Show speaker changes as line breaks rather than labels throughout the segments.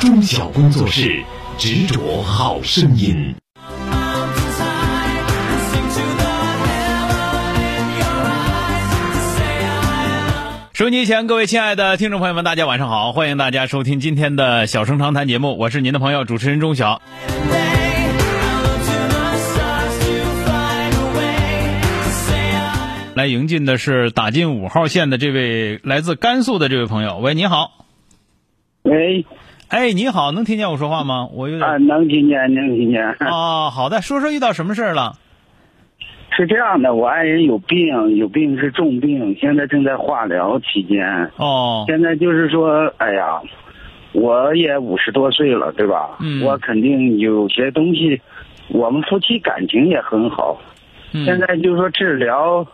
中小工作室执着好声音。
收音机前，各位亲爱的听众朋友们，大家晚上好！欢迎大家收听今天的《小声长谈》节目，我是您的朋友主持人钟晓。来迎进的是打进五号线的这位来自甘肃的这位朋友，喂，你好，
喂，
哎，你好，能听见我说话吗？我有
啊，
点
能听见，能听见。
啊，好的，说说遇到什么事儿了？
是这样的，我爱人有病，有病是重病，现在正在化疗期间。
哦，
现在就是说，哎呀，我也五十多岁了，对吧？
嗯
我肯定有些东西，我们夫妻感情也很好。
嗯
现在就是说治疗，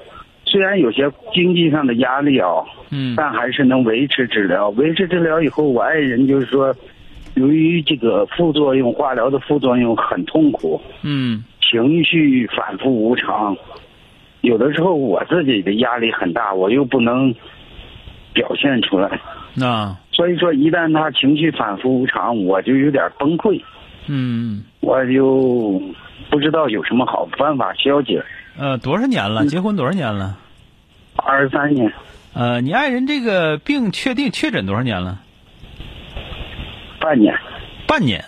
虽然有些经济上的压力啊，
嗯
但还是能维持治疗。维持治疗以后，我爱人就是说，由于这个副作用，化疗的副作用很痛苦。
嗯
情绪反复无常，有的时候我自己的压力很大，我又不能表现出来，
啊
所以说一旦他情绪反复无常，我就有点崩溃，
嗯
我就不知道有什么好办法消解。
呃，多少年
嗯
了？结婚多少年了？
二十三年，
呃，你爱人这个病确定确诊多少年了？
半年，
半年。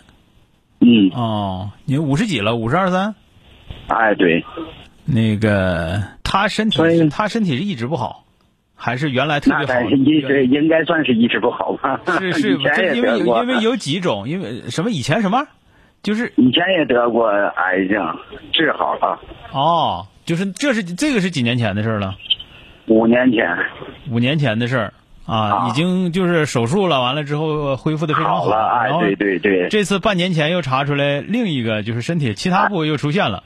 嗯，
哦，你五十几了，五十二三。
哎，对，
那个他身体
所以
他身体是一直不好，还是原来特
那
别好
咱
的？
是一直应该算是一直不好吧？
是是，
以前
这
也
因为
得
有
过
因，为有几种，因为什么以前什么，就是
以前也得过癌症，治好了，
哦，就是这是这个是几年前的事儿了，
五年前
五年前的事儿啊，
啊
已经就是手术了，完了之后恢复的非常
好了，哎
然，后
对对对。
这次半年前又查出来另一个就是身体其他部位又出现了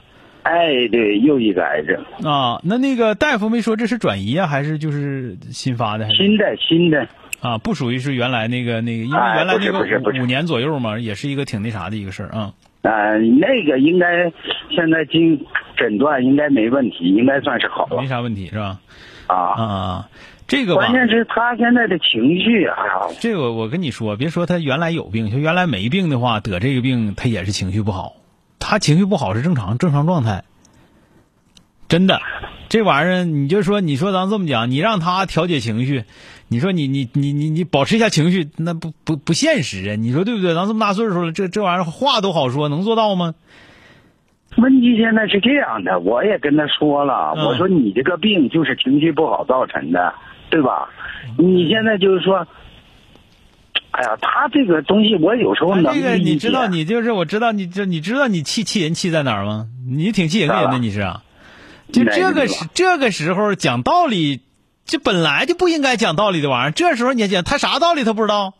哎，对，又一个癌症，
啊，那那个大夫没说这是转移啊，还是就是新发的还是？
新的新的，
啊，不属于是原来那个那个，因为
哎
原来
不
那
是
个
不是不
五
是
五年左右嘛，也是一个挺那啥的一个事儿啊。
呃，那个应该现在经诊断应该没问题，应该算是好了
没啥问题是吧？嗯啊
啊。
啊，这个吧
关，键是他现在的情绪啊，
这个我跟你说，别说他原来有病，就原来没病的话，得这个病他也是情绪不好，他情绪不好是正常正常状态，真的。这玩意儿，你就说，你说咱这么讲，你让他调节情绪，你说你你你你你保持一下情绪，那不不不现实啊！你说对不对？咱这么大岁数了，这这玩意儿话都好说，能做到吗？
问题现在是这样的，我也跟他说了，
嗯
我说你这个病就是情绪不好造成的，对吧？
嗯
你现在就是说，哎呀，他这个东西我有时候
他
能
这啊个
理解
你知道，你就是我知道你这你知道你气气人气在哪儿吗？你挺气人的
知道
人
吧
的你是啊，就这
那
个
你知
时
道
这个时候讲道理，这本来就不应该讲道理的玩意儿，这时候你还讲他啥道理他不知道？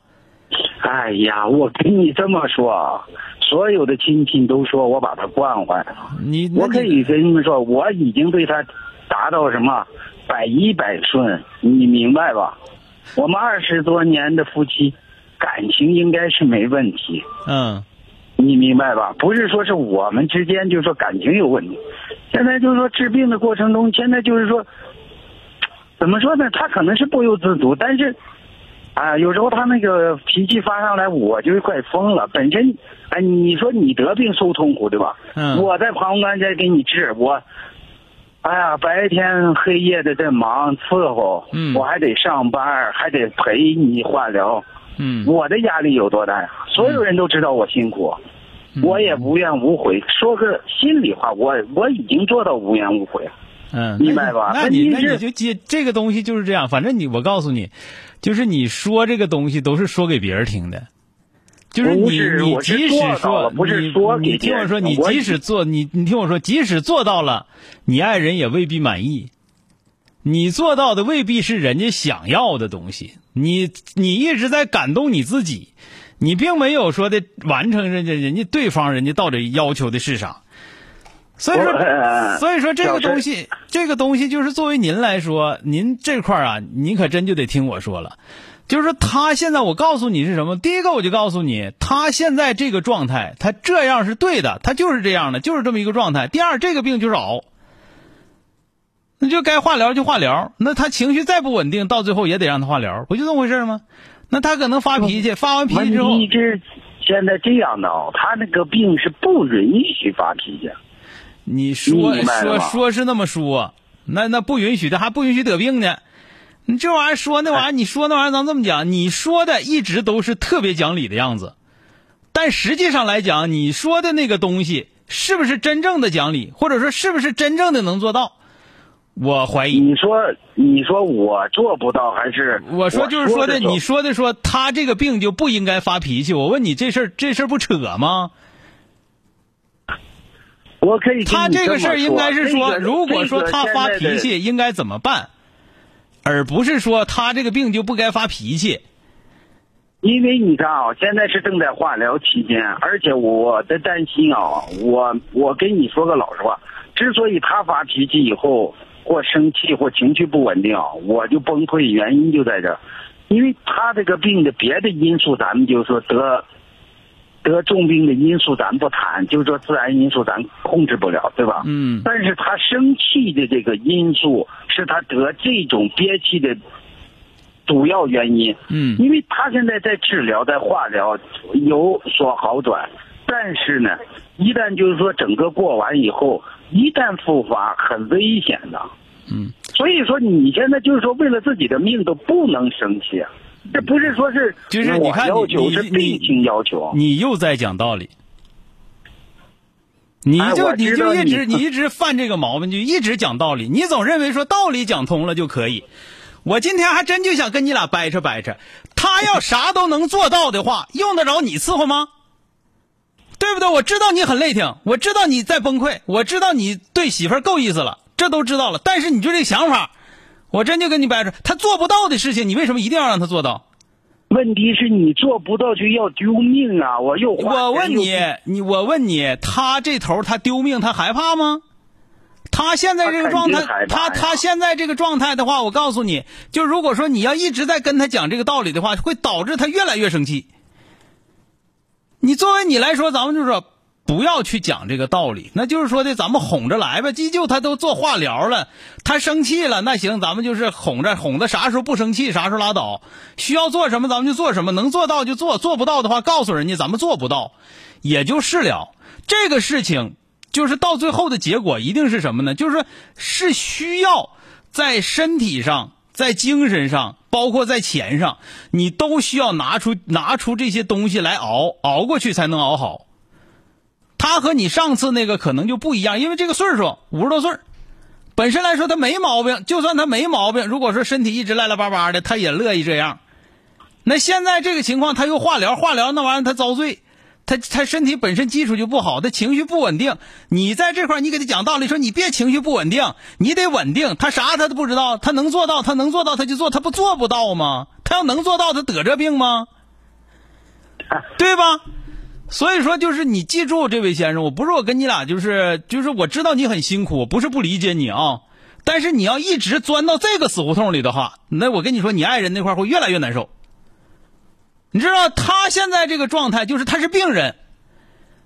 哎呀，我跟你这么说，所有的亲戚都说我把他惯坏了。
你那
我
你
可以跟你们说，我已经对他达到什么百依百顺，你明白吧？我们二十多年的夫妻，感情应该是没问题，
嗯
你明白吧？不是说是我们之间就是说感情有问题，现在就是说治病的过程中，现在就是说，怎么说呢？他可能是不由自主，但是。啊，有时候他那个脾气发上来，我就快疯了。本身，哎，你说你得病受痛苦对吧？
嗯
我在旁观在给你治，我，哎呀，白天黑夜的在忙伺候，
嗯
我还得上班，还得陪你化疗，
嗯，
我的压力有多大呀？所有人都知道我辛苦，
嗯
我也无怨无悔。说个心里话，我我已经做到无怨无悔。
嗯，
明白吧
那你
问
那
题是
你就接这个东西就是这样，反正你我告诉你，就是你说这个东西都是说给别人听的。就是
不
你，
是
你
我是
即使
做到
说
了，不是
你
说
你
给
听
别
我
人
说，
听
你
我
即
已
使做，你你听我说，即使做到了，你爱人也未必满意。你做到的未必是人家想要的东西，你你一直在感动你自己，你并没有说的完成人家人家对方人家到底要求的是啥。所以
我
说，
呃
所以说这个
表示
东西，这个东西就是作为您来说，您这块儿啊，您可真就得听我说了。就是说他现在，我告诉你是什么？第一个我就告诉你，他现在这个状态，他这样是对的，他就是这样的，就是这么一个状态。第二，这个病就是熬，那就该化疗就化疗。那他情绪再不稳定，到最后也得让他化疗，不就这么回事吗？那他可能发脾气，发完脾气之后，
问题是现在这样的哦，他那个病是不允许发脾
嗯
气。
你说
你明白了
说
吗
说是那么说，那那不允许的，还不允许得病呢。你这玩意儿说那玩意儿，你说那玩意儿，咱这么讲，你说的一直都是特别讲理的样子，但实际上来讲，你说的那个东西是不是真正的讲理，或者说是不是真正的能做到？我怀疑。
你说，你说我做不到还是
我说就是说的，
做
你说的说他这个病就不应该发脾气。我问你这事儿，这事儿不扯吗？
我可以跟
他
你么
这个事儿应该是
说
说，
这个，
如果说
这个
他发
现在
脾
的
气，应该怎么办，而不是说他这个病就不该发脾气。
因为你看啊，现在是正在化疗期间，而且我的担心啊，我我跟你说个老实话，之所以他发脾气以后或生气或情绪不稳定啊，我就崩溃，原因就在这儿，因为他这个病的别的因素，咱们就是说得得重病的因素咱不谈，就是说自然因素咱控制不了，对吧？
嗯
但是他生气的这个因素是他得这种憋气的主要原因。
嗯
因为他现在在治疗，在化疗有所好转，但是呢，一旦就是说整个过完以后，一旦复发，很危险的。
嗯，
所以说你现在就是说为了自己的命都不能生气，这不是说是
就是你
我
看
要
你
求
你
是
你
病情要求，啊
你又在讲道理，你
哎
就
我
你
知
就
道
一
你
直你一直犯这个毛病，就一直讲道理，你总认为说道理讲通了就可以。我今天还真就想跟你俩掰扯掰扯，他要啥都能做到的话，用得着你伺候吗？对不对？我知道你很累挺，我知道你在崩溃，我知道你对媳妇儿够意思了，这都知道了。但是你就这想法，我真就跟你掰扯，他做不到的事情，你为什么一定要让他做到？
问题是你做不到就要丢命啊！我又花
我问
钱又
你，你我问你，他这头他丢命，他害怕吗？他现在这
他
个
肯
状
定
态
害，怕
他
呀
他现在这个状态的话，我告诉你，就如果说你要一直在跟他讲这个道理的话，会导致他越来越生气。你作为你来说，咱们就是说不要去讲这个道理，那就是说的咱们哄着来呗。依旧他都做化疗了，他生气了，那行，咱们就是哄着哄着，啥时候不生气，啥时候拉倒。需要做什么咱们就做什么，能做到就做，做不到的话告诉人家咱们做不到，也就是了。这个事情就是到最后的结果一定是什么呢？就是说是需要在身体上、在精神上，包括在钱上，你都需要拿出拿出这些东西来熬，熬过去才能熬好。他和你上次那个可能就不一样，因为这个岁数五十多岁儿本身来说他没毛病，就算他没毛病，如果说身体一直赖赖巴巴的，他也乐意这样。那现在这个情况，他又化疗，化疗那玩意儿他遭罪，他他身体本身基础就不好，他情绪不稳定。你在这块儿你给他讲道理，说你别情绪不稳定，你得稳定。他啥他都不知道，他能做到，他能做到他就做，他不做不到吗？他要能做到，他得这病吗？对吧？所以说，就是你记住，这位先生，我不是我跟你俩，就是就是我知道你很辛苦，我不是不理解你啊，但是你要一直钻到这个死胡同里的话，那我跟你说，你爱人那块儿会越来越难受。你知道他现在这个状态，就是他是病人，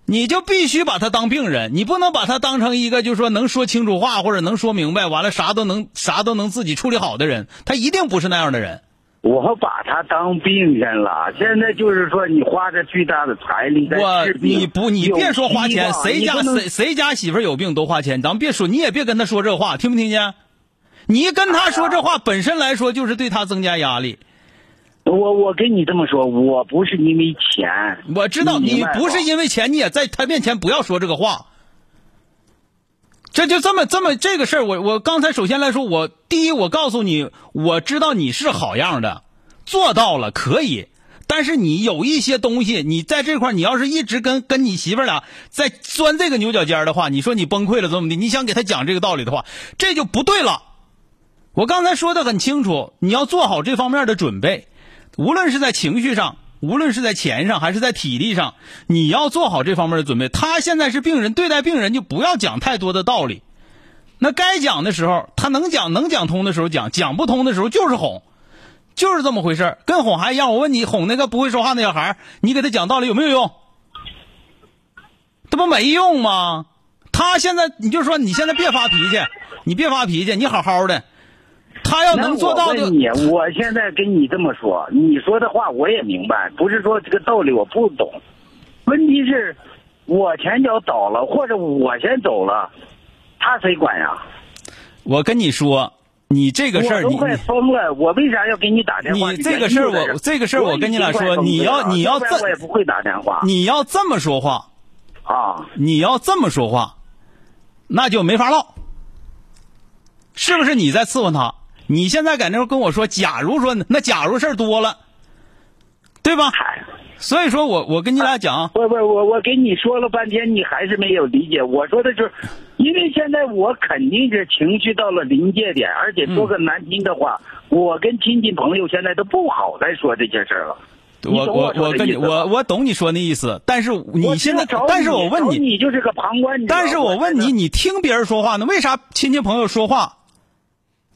你就必须把他当病人，你不能把他当成一个就是说能说清楚话或者能说明白，完了啥都能啥都能自己处理好的人，他一定不是那样的人。
我把他当病人了，现在就是说你花着巨大的财力在
我
治病，
你不你别说花
有
钱，
希望
谁家
你不能
谁谁家媳妇儿有病都花钱，咱们别说，你也别跟他说这话，听不听见？你跟他说这话本身来说就是对他增加压力。
我我跟你这么说，我不是因为钱，
我知道
你明
你
白
不
吧
是因为钱，你也在他面前不要说这个话。这就这么这么这个事儿，我我刚才首先来说，我第一，我告诉你，我知道你是好样的，做到了可以，但是你有一些东西，你在这块儿你要是一直跟跟你媳妇儿俩在钻这个牛角尖儿的话，你说你崩溃了怎么的？你想给她讲这个道理的话，这就不对了。我刚才说的很清楚，你要做好这方面的准备，无论是在情绪上，无论是在钱上，还是在体力上，你要做好这方面的准备。他现在是病人，对待病人就不要讲太多的道理，那该讲的时候他能讲，能讲通的时候讲，讲不通的时候就是哄，就是这么回事儿跟哄孩一样。我问你，哄那个不会说话的小孩儿，你给他讲道理有没有用？这不没用吗？他现在你就说你现在别发脾气，你别发脾气，你好好的。他要能做到
那
就
我问你，我现在跟你这么说，你说的话我也明白，不是说这个道理我不懂，问题是，我前脚倒了，或者我先走了，他谁管呀？
我跟你说，你这个事儿，
我
你
都快
你
疯了，我为啥要给你打电话？
你这个事儿我这个事儿我跟你俩说你要你要
要
这
啊我也不会打电话
你要这么说话，
啊。
你要这么说话，那就没法唠。是不是你在伺候他？你现在在那儿跟我说，假如说那假如事儿多了，对吧？
嗨，
所以说我我跟你俩讲啊，
我我我我跟你说了半天，你还是没有理解。我说的就是，因为现在我肯定是情绪到了临界点，而且
嗯
说个难听的话，我跟亲戚朋友现在都不好再说这件事儿了。你
我
懂
我
说
我
的
跟
意
你
思吧
我我懂你说那意思，但是
我
你现在
只有找，
但是我问
找你就是个旁观者。
但是我问你，
觉得，
你听别人说话呢？为啥亲戚朋友说话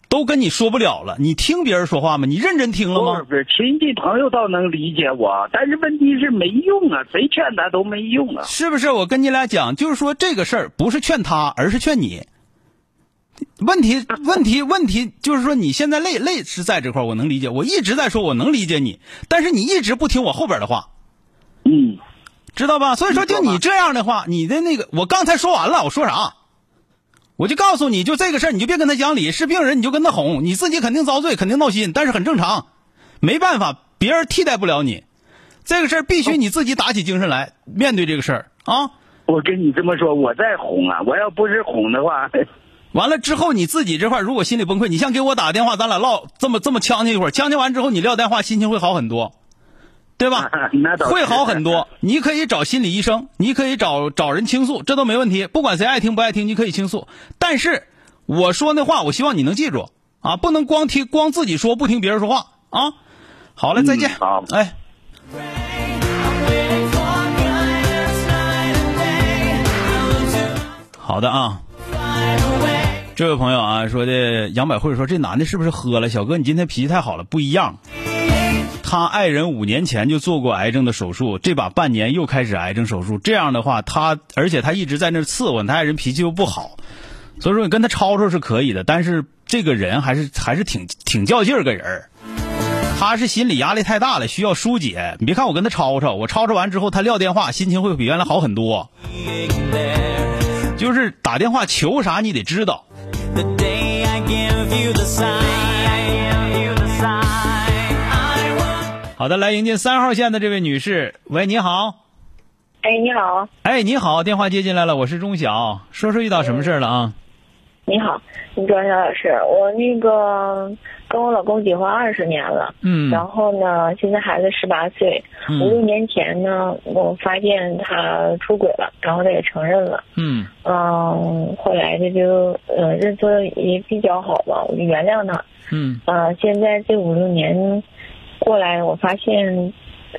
都跟你说不了了？你听别人说话吗？你认真听了
不是
吗？
不是，亲戚朋友倒能理解我，但是问题是没用啊，谁劝他都没用啊。
是不是？我跟你俩讲，就是说这个事儿不是劝他，而是劝你。问题问题问题就是说你现在累累是在这块儿，我能理解。我一直在说我能理解你，但是你一直不听我后边的话，
嗯，
知道吧？所以说，
你说
就
吧
你这样的话，你的那个，我刚才说完了，我说啥？我就告诉你就这个事儿，你就别跟他讲理，是病人你就跟他哄，你自己肯定遭罪，肯定闹心，但是很正常，没办法，别人替代不了你，这个事儿必须你自己打起精神来面对这个事儿啊。
我跟你这么说，我在哄啊，我要不是哄的话，
完了之后，你自己这块儿如果心里崩溃，你像给我打电话，咱俩唠这么这么呛呛一会儿，呛呛完之后你撂电话，心情会好很多，对吧？
啊那倒是
会好很多。你可以找心理医生，你可以找找人倾诉，这都没问题。不管谁爱听不爱听，你可以倾诉。但是我说那话，我希望你能记住啊，不能光听光自己说，不听别人说话啊。好嘞，再见。
嗯好
哎。好的啊，这位朋友啊说的杨百惠说这男的是不是喝了？小哥，你今天脾气太好了，不一样。他爱人五年前就做过癌症的手术，这把半年又开始癌症手术。这样的话，他而且他一直在那儿伺候你，他爱人脾气又不好，所以说你跟他吵吵是可以的，但是这个人还是还是挺挺较劲儿个人儿。他是心理压力太大了，需要疏解。你别看我跟他吵吵，我吵吵完之后他撂电话，心情会比原来好很多。就是打电话求啥你得知道。
The day I give you the sign, I will.
好的，来迎接三号线的这位女士，喂，你好。
哎，你好，
哎，你好，电话接进来了，我是钟晓，说说遇到什么事儿了啊？
你好，你庄小老师，我那个跟我老公结婚二十年了，
嗯
然后呢，现在孩子十八岁，五六
嗯
年前呢，我发现他出轨了，然后他也承认了，
嗯
嗯，后来这就呃认错也比较好吧，我就原谅他，
嗯
呃，现在这五六年过来，我发现，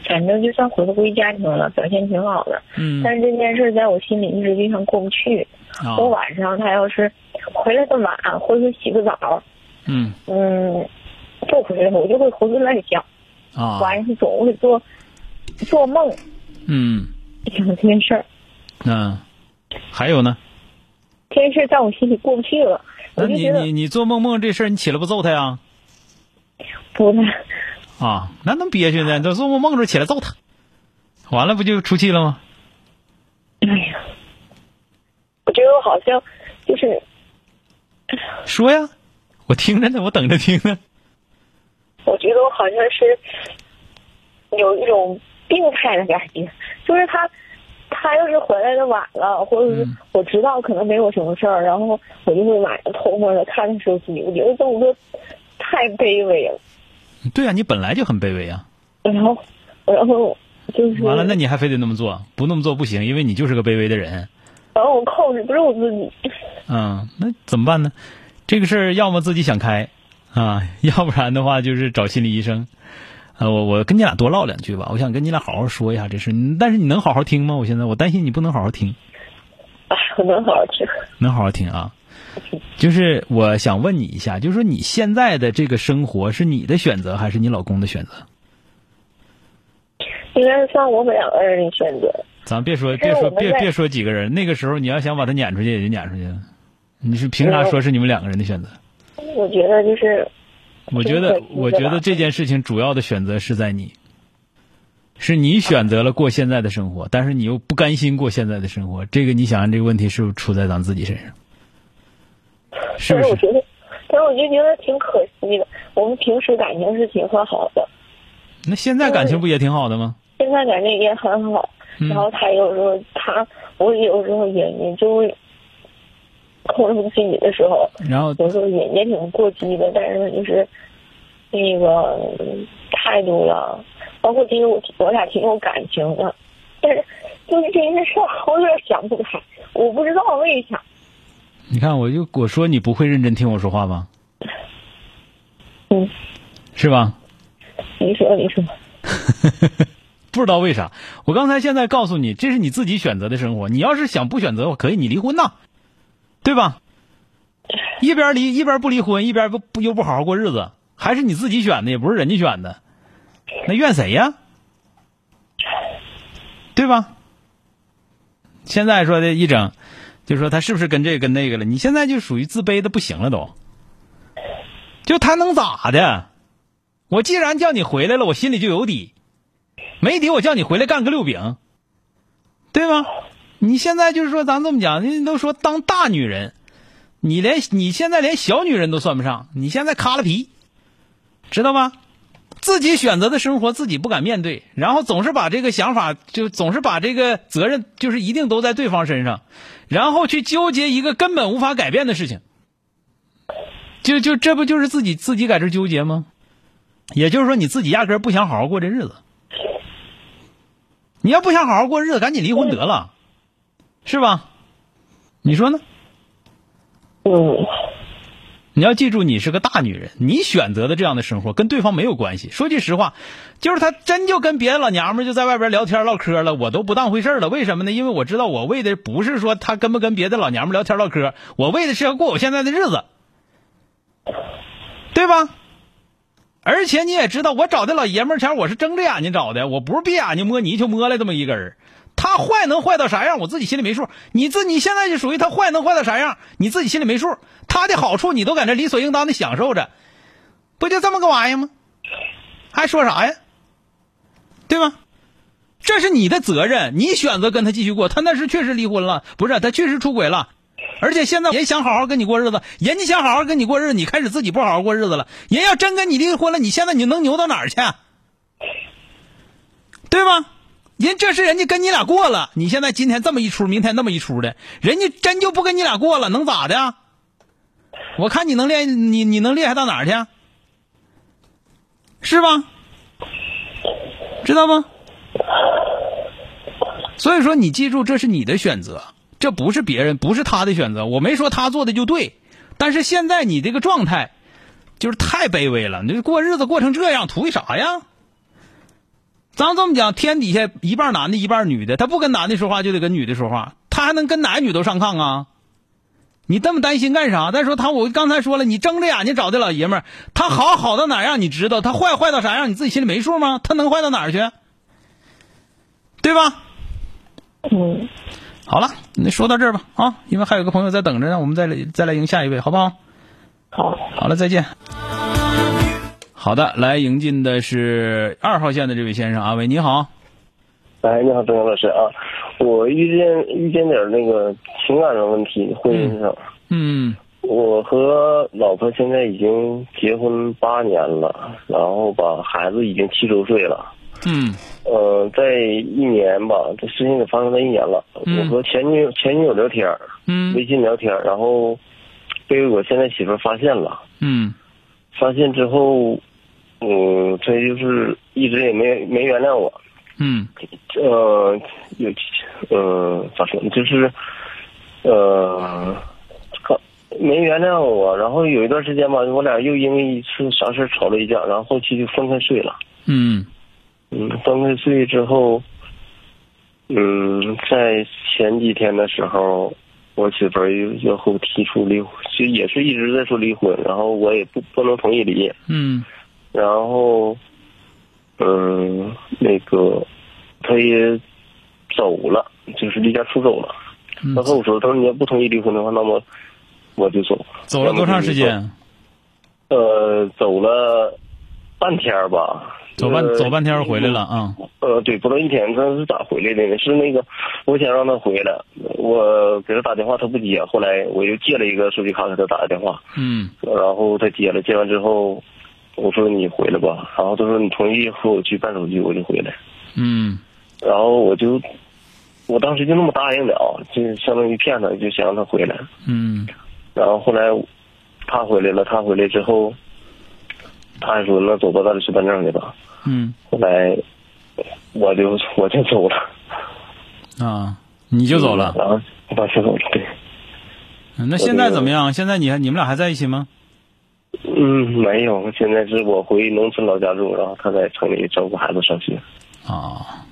反正就算回归家庭了，表现挺好的，
嗯
但是这件事在我心里一直非常过不去，
啊
我晚上他要是回来的晚，或者说洗个澡，
嗯
嗯，不回来我就会胡思乱想，
啊
晚上总会做做梦
嗯
想这件事儿，
嗯，还有呢？
这件事儿在我心里过不去了，
那
我就
你
觉得
你你做梦梦这事儿，你起来不揍他呀？
不太
啊，那能憋屈呢？这做梦梦着起来揍他，完了不就出气了吗？
哎呀，我觉得我好像就是
说呀，我听着呢，我等着听呢。
我觉得我好像是有一种病态的感觉，就是他。他要是回来的晚了，或者是
嗯
我知道可能没有什么事儿，然后我就会晚上偷摸的看手机。我觉得这种都太卑微了。
对呀、啊你本来就很卑微啊。
然后，然后就是
完了，那你还非得那么做，不那么做不行，因为你就是个卑微的人。啊
然后我控制不住自己，
嗯，那怎么办呢？这个事儿要么自己想开啊， 要不然的话就是找心理医生。啊，我我跟你俩多唠两句吧，我想跟你俩好好说一下这事。你但是你能好好听吗？我现在我担心你不能好好听，
哎，我能好好听。
能好好听啊。就是我想问你一下，就是说你现在的这个生活是你的选择还是你老公的选择？
应该是算我们两个人的选择。
咱别说
但
别
是
说
我们
别
在
别说几个人，那个时候你要想把他撵出去也就撵出去了。你是凭啥
嗯
说是你们两个人的选择？
我觉得就是，
我觉
挺
得
可惜的
我觉得
吧
这件事情主要的选择是在你，是你选择了过现在的生活，但是你又不甘心过现在的生活。这个你想想，这个问题是不是出在咱自己身上？是
但
不
是我
是？
觉得，但是我就觉得挺可惜的。我们平时感情是挺和好的，
那现在感情不也挺好的吗？
现在感情也很好。
嗯
然后他有时候他，我有时候也也就会控制不住自己的时候，
然后
有时候也也挺过激的，但是就是那个嗯态度了，包括其实我我俩挺有感情的，但是就是这件事儿我有点想不开，我不知道为啥。
你看，我就我说你不会认真听我说话吧？
嗯，
是吧？
你说你说，
不知道为啥，我刚才现在告诉你，这是你自己选择的生活。你要是想不选择，我可以，你离婚呐，对吧？一边离一边不离婚，一边不不又不好好过日子，还是你自己选的，也不是人家选的，那怨谁呀？对吧？现在说的一整，就说他是不是跟这个跟那个了？你现在就属于自卑的不行了都，就他能咋的？我既然叫你回来了，我心里就有底。没底我叫你回来干个六饼，对吗？你现在就是说，咱这么讲，人家都说当大女人，你连你现在连小女人都算不上，你现在卡了皮，知道吧？自己选择的生活自己不敢面对，然后总是把这个想法，就总是把这个责任，就是一定都在对方身上，然后去纠结一个根本无法改变的事情，就就这不就是自己自己在这纠结吗？也就是说，你自己压根儿不想好好过这日子。你要不想好好过日子，赶紧离婚得了，是吧？你说呢？
嗯，
你要记住，你是个大女人，你选择的这样的生活跟对方没有关系。说句实话，就是他真就跟别的老娘们儿就在外边聊天唠嗑了，我都不当回事儿了。为什么呢？因为我知道我为的不是说他跟不跟别的老娘们儿聊天唠嗑，我为的是要过我现在的日子，对吧？而且你也知道，我找的老爷们儿前我是睁着眼睛找的，我不是闭眼睛摸泥鳅摸来这么一个人儿。他坏能坏到啥样，我自己心里没数。你自你现在就属于他坏能坏到啥样，你自己心里没数。他的好处你都在那理所应当的享受着，不就这么个玩意儿吗？还说啥呀？对吧？这是你的责任，你选择跟他继续过。他那是确实离婚了，不是他确实出轨了，而且现在人想好好跟你过日子，人家想好好跟你过日子，你开始自己不好好过日子了。人要真跟你离婚了，你现在你能牛到哪儿去？啊对吗？人这是人家跟你俩过了，你现在今天这么一出，明天那么一出的，人家真就不跟你俩过了，能咋的啊？我看你能厉害，你你能厉害到哪儿去啊？是吧？知道吗？所以说，你记住，这是你的选择，这不是别人，不是他的选择。我没说他做的就对，但是现在你这个状态就是太卑微了，你这过日子过成这样，图啥呀？咱这么讲，天底下一半男的，一半女的，他不跟男的说话，就得跟女的说话，他还能跟哪个女都上炕啊？你这么担心干啥？再说他，我刚才说了，你睁着眼睛找的老爷们儿，他好好到哪样你知道，他坏坏到啥样你自己心里没数吗？他能坏到哪儿去？对吧？
嗯，
好了，那说到这儿吧啊，因为还有个朋友在等着呢，我们再来再来迎下一位，好不好？
好，
好了，再见。好的，来迎进的是二号线的这位先生啊，喂，你好，
哎，你好，钟阳老师啊，我遇见遇见点儿那个情感上问题，婚姻上，
嗯
我和老婆现在已经结婚八年了，然后吧，孩子已经七周岁了，
嗯
呃，在一年吧，这事情也发生在一年了。
嗯
我和前女友前女友聊天儿，微
嗯
信聊天儿，然后被我现在媳妇儿发现了，
嗯
发现之后，嗯，她就是一直也没没原谅我，
嗯
呃，有，呃，咋说呢？就是，呃，刚没原谅我，然后有一段时间吧，我俩又因为一次啥事儿吵了一架，然后后期就分开睡了。
嗯
嗯，分开睡之后，嗯，在前几天的时候，我媳妇儿又又后提出离婚，就也是一直在说离婚，然后我也不不能同意离，
嗯
然后，嗯，那个，她也走了，就是离家出走了。
嗯
她，跟我说，她说你要不同意离婚的话，那么我就走。
走了多长时？间？
呃，走了半天儿吧。
走半
呃
走半天儿回来了。啊？
呃，对，不到一天，他是咋回来的呢？是那个，我想让他回来，我给他打电话，他不接，后来我又借了一个手机卡给他打的电话，
嗯
然后他接了，接完之后，我说你回来吧，然后他说你同意和我去办手续，我就回来，
嗯
然后我就，我当时就那么答应的啊，就相当于骗他，就想让他回来，
嗯
然后后来他回来了，他回来之后，他还说那走吧，咱俩去办证去吧，
嗯
后来我就我就走了。
啊，你就走了。
然后我把车走了，对，
嗯那现在怎么样？现在你还你们俩还在一起吗？
嗯，没有，现在是我回农村老家住，然后他在城里照顾孩子上学。
啊，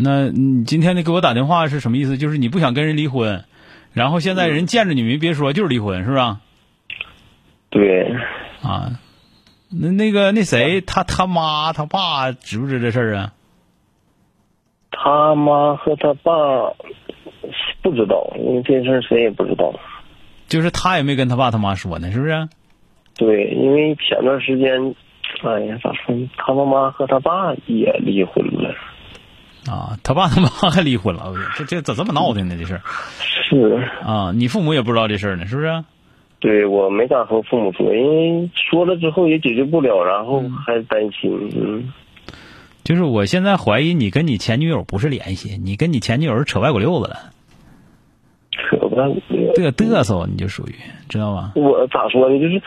那你今天你给我打电话是什么意思？就是你不想跟人离婚，然后现在人见着你没别说，就是离婚，是不是啊？
对，
啊，那那个那谁，他他妈他爸知不知这事儿啊？
他妈和他爸不知道，因为这事儿谁也不知道。
就是他也没跟他爸他妈说呢，是不是？
对，因为前段时间，哎呀，咋说呢？他妈妈和他爸也离婚了。
啊，他爸他妈还离婚了，这这咋这么闹腾呢？这事儿
是，
啊，你父母也不知道这事儿呢，是不是？
对我没敢和父母说，因为说了之后也解决不了，然后还担心。嗯，
就是我现在怀疑你跟你前女友不是联系，你跟你前女友是扯外骨溜子了，
扯不淡。
嘚嘚瑟，你就属于知道吧？
我咋说呢？就是，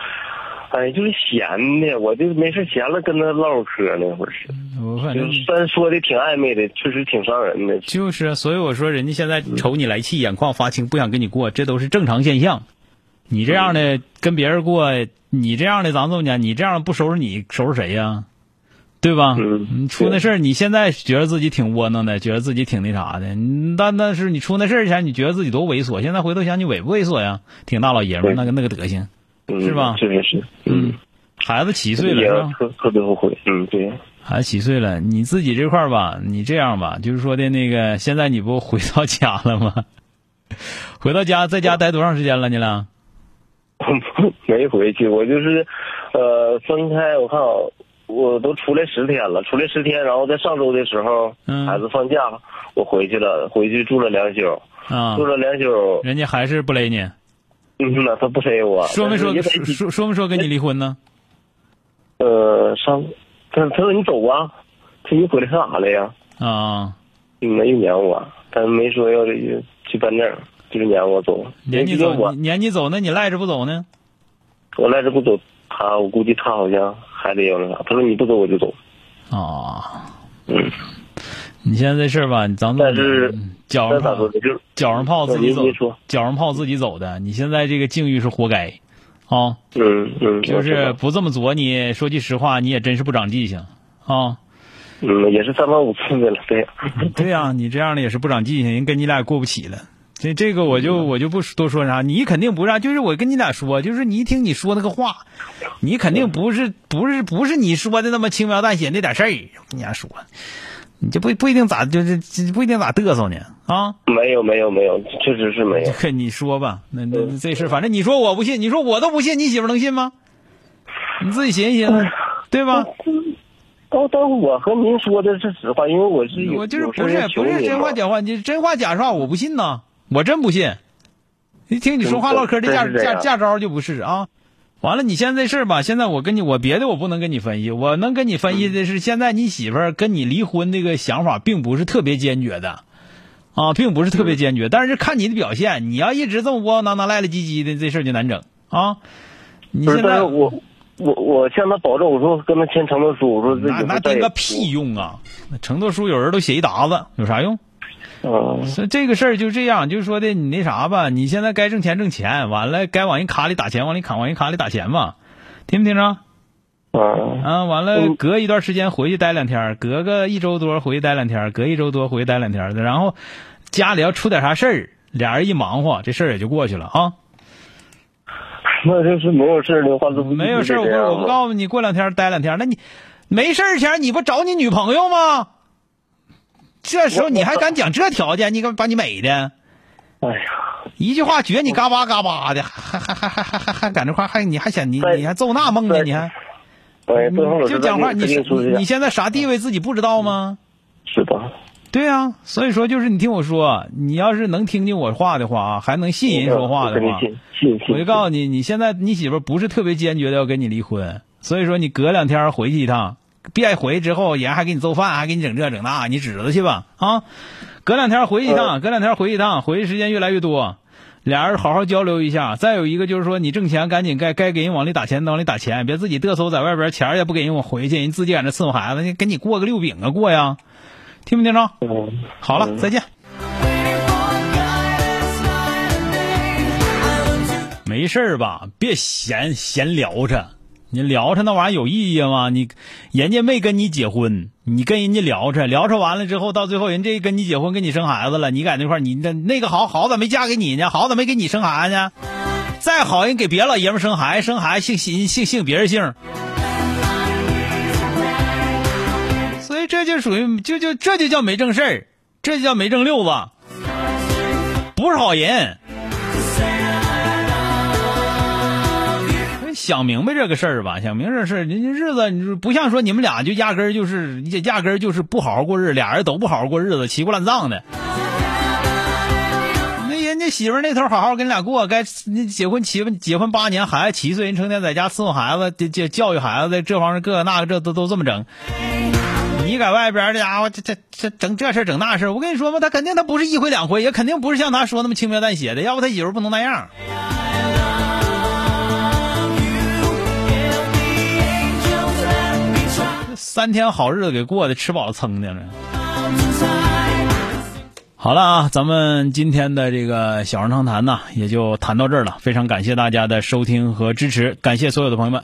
哎，就是闲的，我就没事闲了跟他唠嗑那会儿是，
我反正
就是但说的挺暧昧的，确实挺伤人的。
就是啊，所以我说人家现在瞅你来气，眼眶发青，不想跟你过，这都是正常现象。你这样的跟别人过，你这样的咱这么讲，你这样不收拾你，收拾谁呀、对吧？
嗯
你出那
对
事儿，你现在觉得自己挺窝囊的，觉得自己挺那啥的，你但但是你出那事儿前，你觉得自己多猥琐，现在回头想你猥不猥琐呀？挺大老爷们儿，
对
那个那个德行，
嗯，
是吧
确实是，嗯，
孩子七岁了
也
是吧？
特特别后悔。嗯，对，
孩子七岁了，你自己这块儿吧，你这样吧，就是说的那个，现在你不回到家了吗？回到家，在家待多长时间了？你俩？
没回去，我就是，呃，分开，我看啊我都出来十天了，出来十天，然后在上周的时候，
嗯
孩子放假，我回去了，回去住了两宿，
啊
住，了两宿，
人家还是不勒你，
嗯呐，他不逮我，
说没
但是
说
也得
说说说没说跟你离婚呢？
呃，上，他他说你走啊，他一回来干啥来呀？
啊，
没撵我，他没说要去办证，就是撵我走。
撵你
因为
走，
我
你撵你走，那你赖着不走呢？
我赖着不走，他我估计他好像还得要那啥。他说你不走我就走。
啊，
嗯，
你现在这事儿吧，咱们
但是
脚
那
上
咋
泡
说呢？就是
脚上泡自己
您
走
您说，
脚上泡自己走的，你现在这个境遇是活该，啊。
嗯嗯，
就
我知
是
道
不这么作你，说句实话，你也真是不长记性啊！
嗯也是三番五次的了，对，
对呀、你这样的也是不长记性，人跟你俩也过不起了。这这个我就我就不多说啥，你肯定不是、啊，就是我跟你俩说，就是你一听你说那个话，你肯定不是不是不是你说的那么轻描淡写那点事儿。我跟你俩说，你这不不一定咋就是这不一定咋嘚瑟呢啊！
没有没有没有，确实是没有。
这你说吧，那那那这事儿反正你说我不信，你说我都不信，你媳妇儿能信吗？你自己寻思寻思，对吧？
都都我和您说的是实话，因为我是有
我就是
有事
不
要
是
求
不是
你
真
嘛
话假话，你真话假话，我不信呐，我真不信。一听你说话
真
唠嗑的
真
架
是这
架
样
架招就不是啊。完了，你现在这事儿吧，现在我跟你我别的我不能跟你分析，我能跟你分析的是，现在你媳妇儿跟你离婚这个想法并不是特别坚决的。啊，并不是特别
嗯
坚决，但是看你的表现，你要一直这么窝窝囊囊、赖赖唧唧的，这事儿就难整啊。你
不是，
现
但
在
是我我我向他保证，我说跟他签承诺书，我说这以
那
后
那
再
定
也
个
不
屁用啊！那承诺书有人都写一沓子，有啥用？
嗯，
所以这个事儿就这样，就是说的你那啥吧，你现在该挣钱挣钱，完了该往人卡里打钱，往里卡往人卡里打钱嘛，听没听着？
嗯，
啊，完了，
嗯
隔一段时间回去待两天儿，隔个一周多回去待两天儿，隔一周多回去待两天儿的，然后家里要出点啥事儿，俩人一忙活，这事儿也就过去了啊。
那就是没有事儿的话，那不
没有事儿，我
一
不
直这样吗
我不告诉你，过两天待两天，那你没事儿前你不找你女朋友吗？这时候你还敢讲这条件，你敢把你美的，
哎呀，
一句话撅你嘎巴嘎巴的，还还还还还还还敢这块还你还想你
对
你还揍那梦呢？
对
你还
哎呀，邓浩老师，
就讲话，
那
你
跟
你
说一
你
下，
现在啥地位自己不知道吗？
是吧？
对啊，所以说就是你听我说，你要是能听进我话的话啊，还能信人说话
我
的
跟你
话，
信信信，
我就告诉你，你现在你媳妇儿不是特别坚决的要跟你离婚，所以说你隔两天回去一趟，别回去之后人家还给你做饭，还给你整这整那，你指着去吧啊！隔两天回去一
呃
趟，隔两天回去一趟，回去时间越来越多，俩人好好交流一下。再有一个就是说，你挣钱赶紧该该给人往里打钱，往里打钱，别自己嘚瑟在外边钱儿也不给人往回去，人自己在那伺候孩子，你跟你过个六饼啊过呀，听没听着？
嗯，
好了，
嗯
再见。
waiting for guidance night and day. I look to
没事儿吧？别闲闲聊着，你聊着那玩意儿有意义吗？你人家没跟你结婚，你跟人家聊着，聊着完了之后，到最后人这跟你结婚，跟你生孩子了，你在那块儿，你那那个好好咋没嫁给你呢？好咋没给你生孩子呢？再好人给别老爷们儿生孩子，生孩子姓姓姓姓别人姓。所以这就属于就就这就叫没正事儿，这就叫没正六子，不是好人。哎想明白这个事儿吧，想明白这事儿，人家日子你就不像说你们俩就压根儿就是压压根儿就是不好好过日，子，俩人都不好好过日子，奇过烂葬的。那人家媳妇儿那头好好跟你俩过，该你结婚七结婚八年，孩子七岁，人成天在家伺候孩子，这这教育孩子，这方面各个那个这都都这么整。你在外边儿这家伙这这这整这事儿整那事儿，我跟你说吧，他肯定他不是一回两回，也肯定不是像他说那么轻描淡写的，要不他媳妇儿不能那样儿。
angels let me try
三天好日子给过的，吃饱了撑的了。
outside.
好了啊，咱们今天的这个小人长谈呢，也就谈到这儿了。非常感谢大家的收听和支持，感谢所有的朋友们。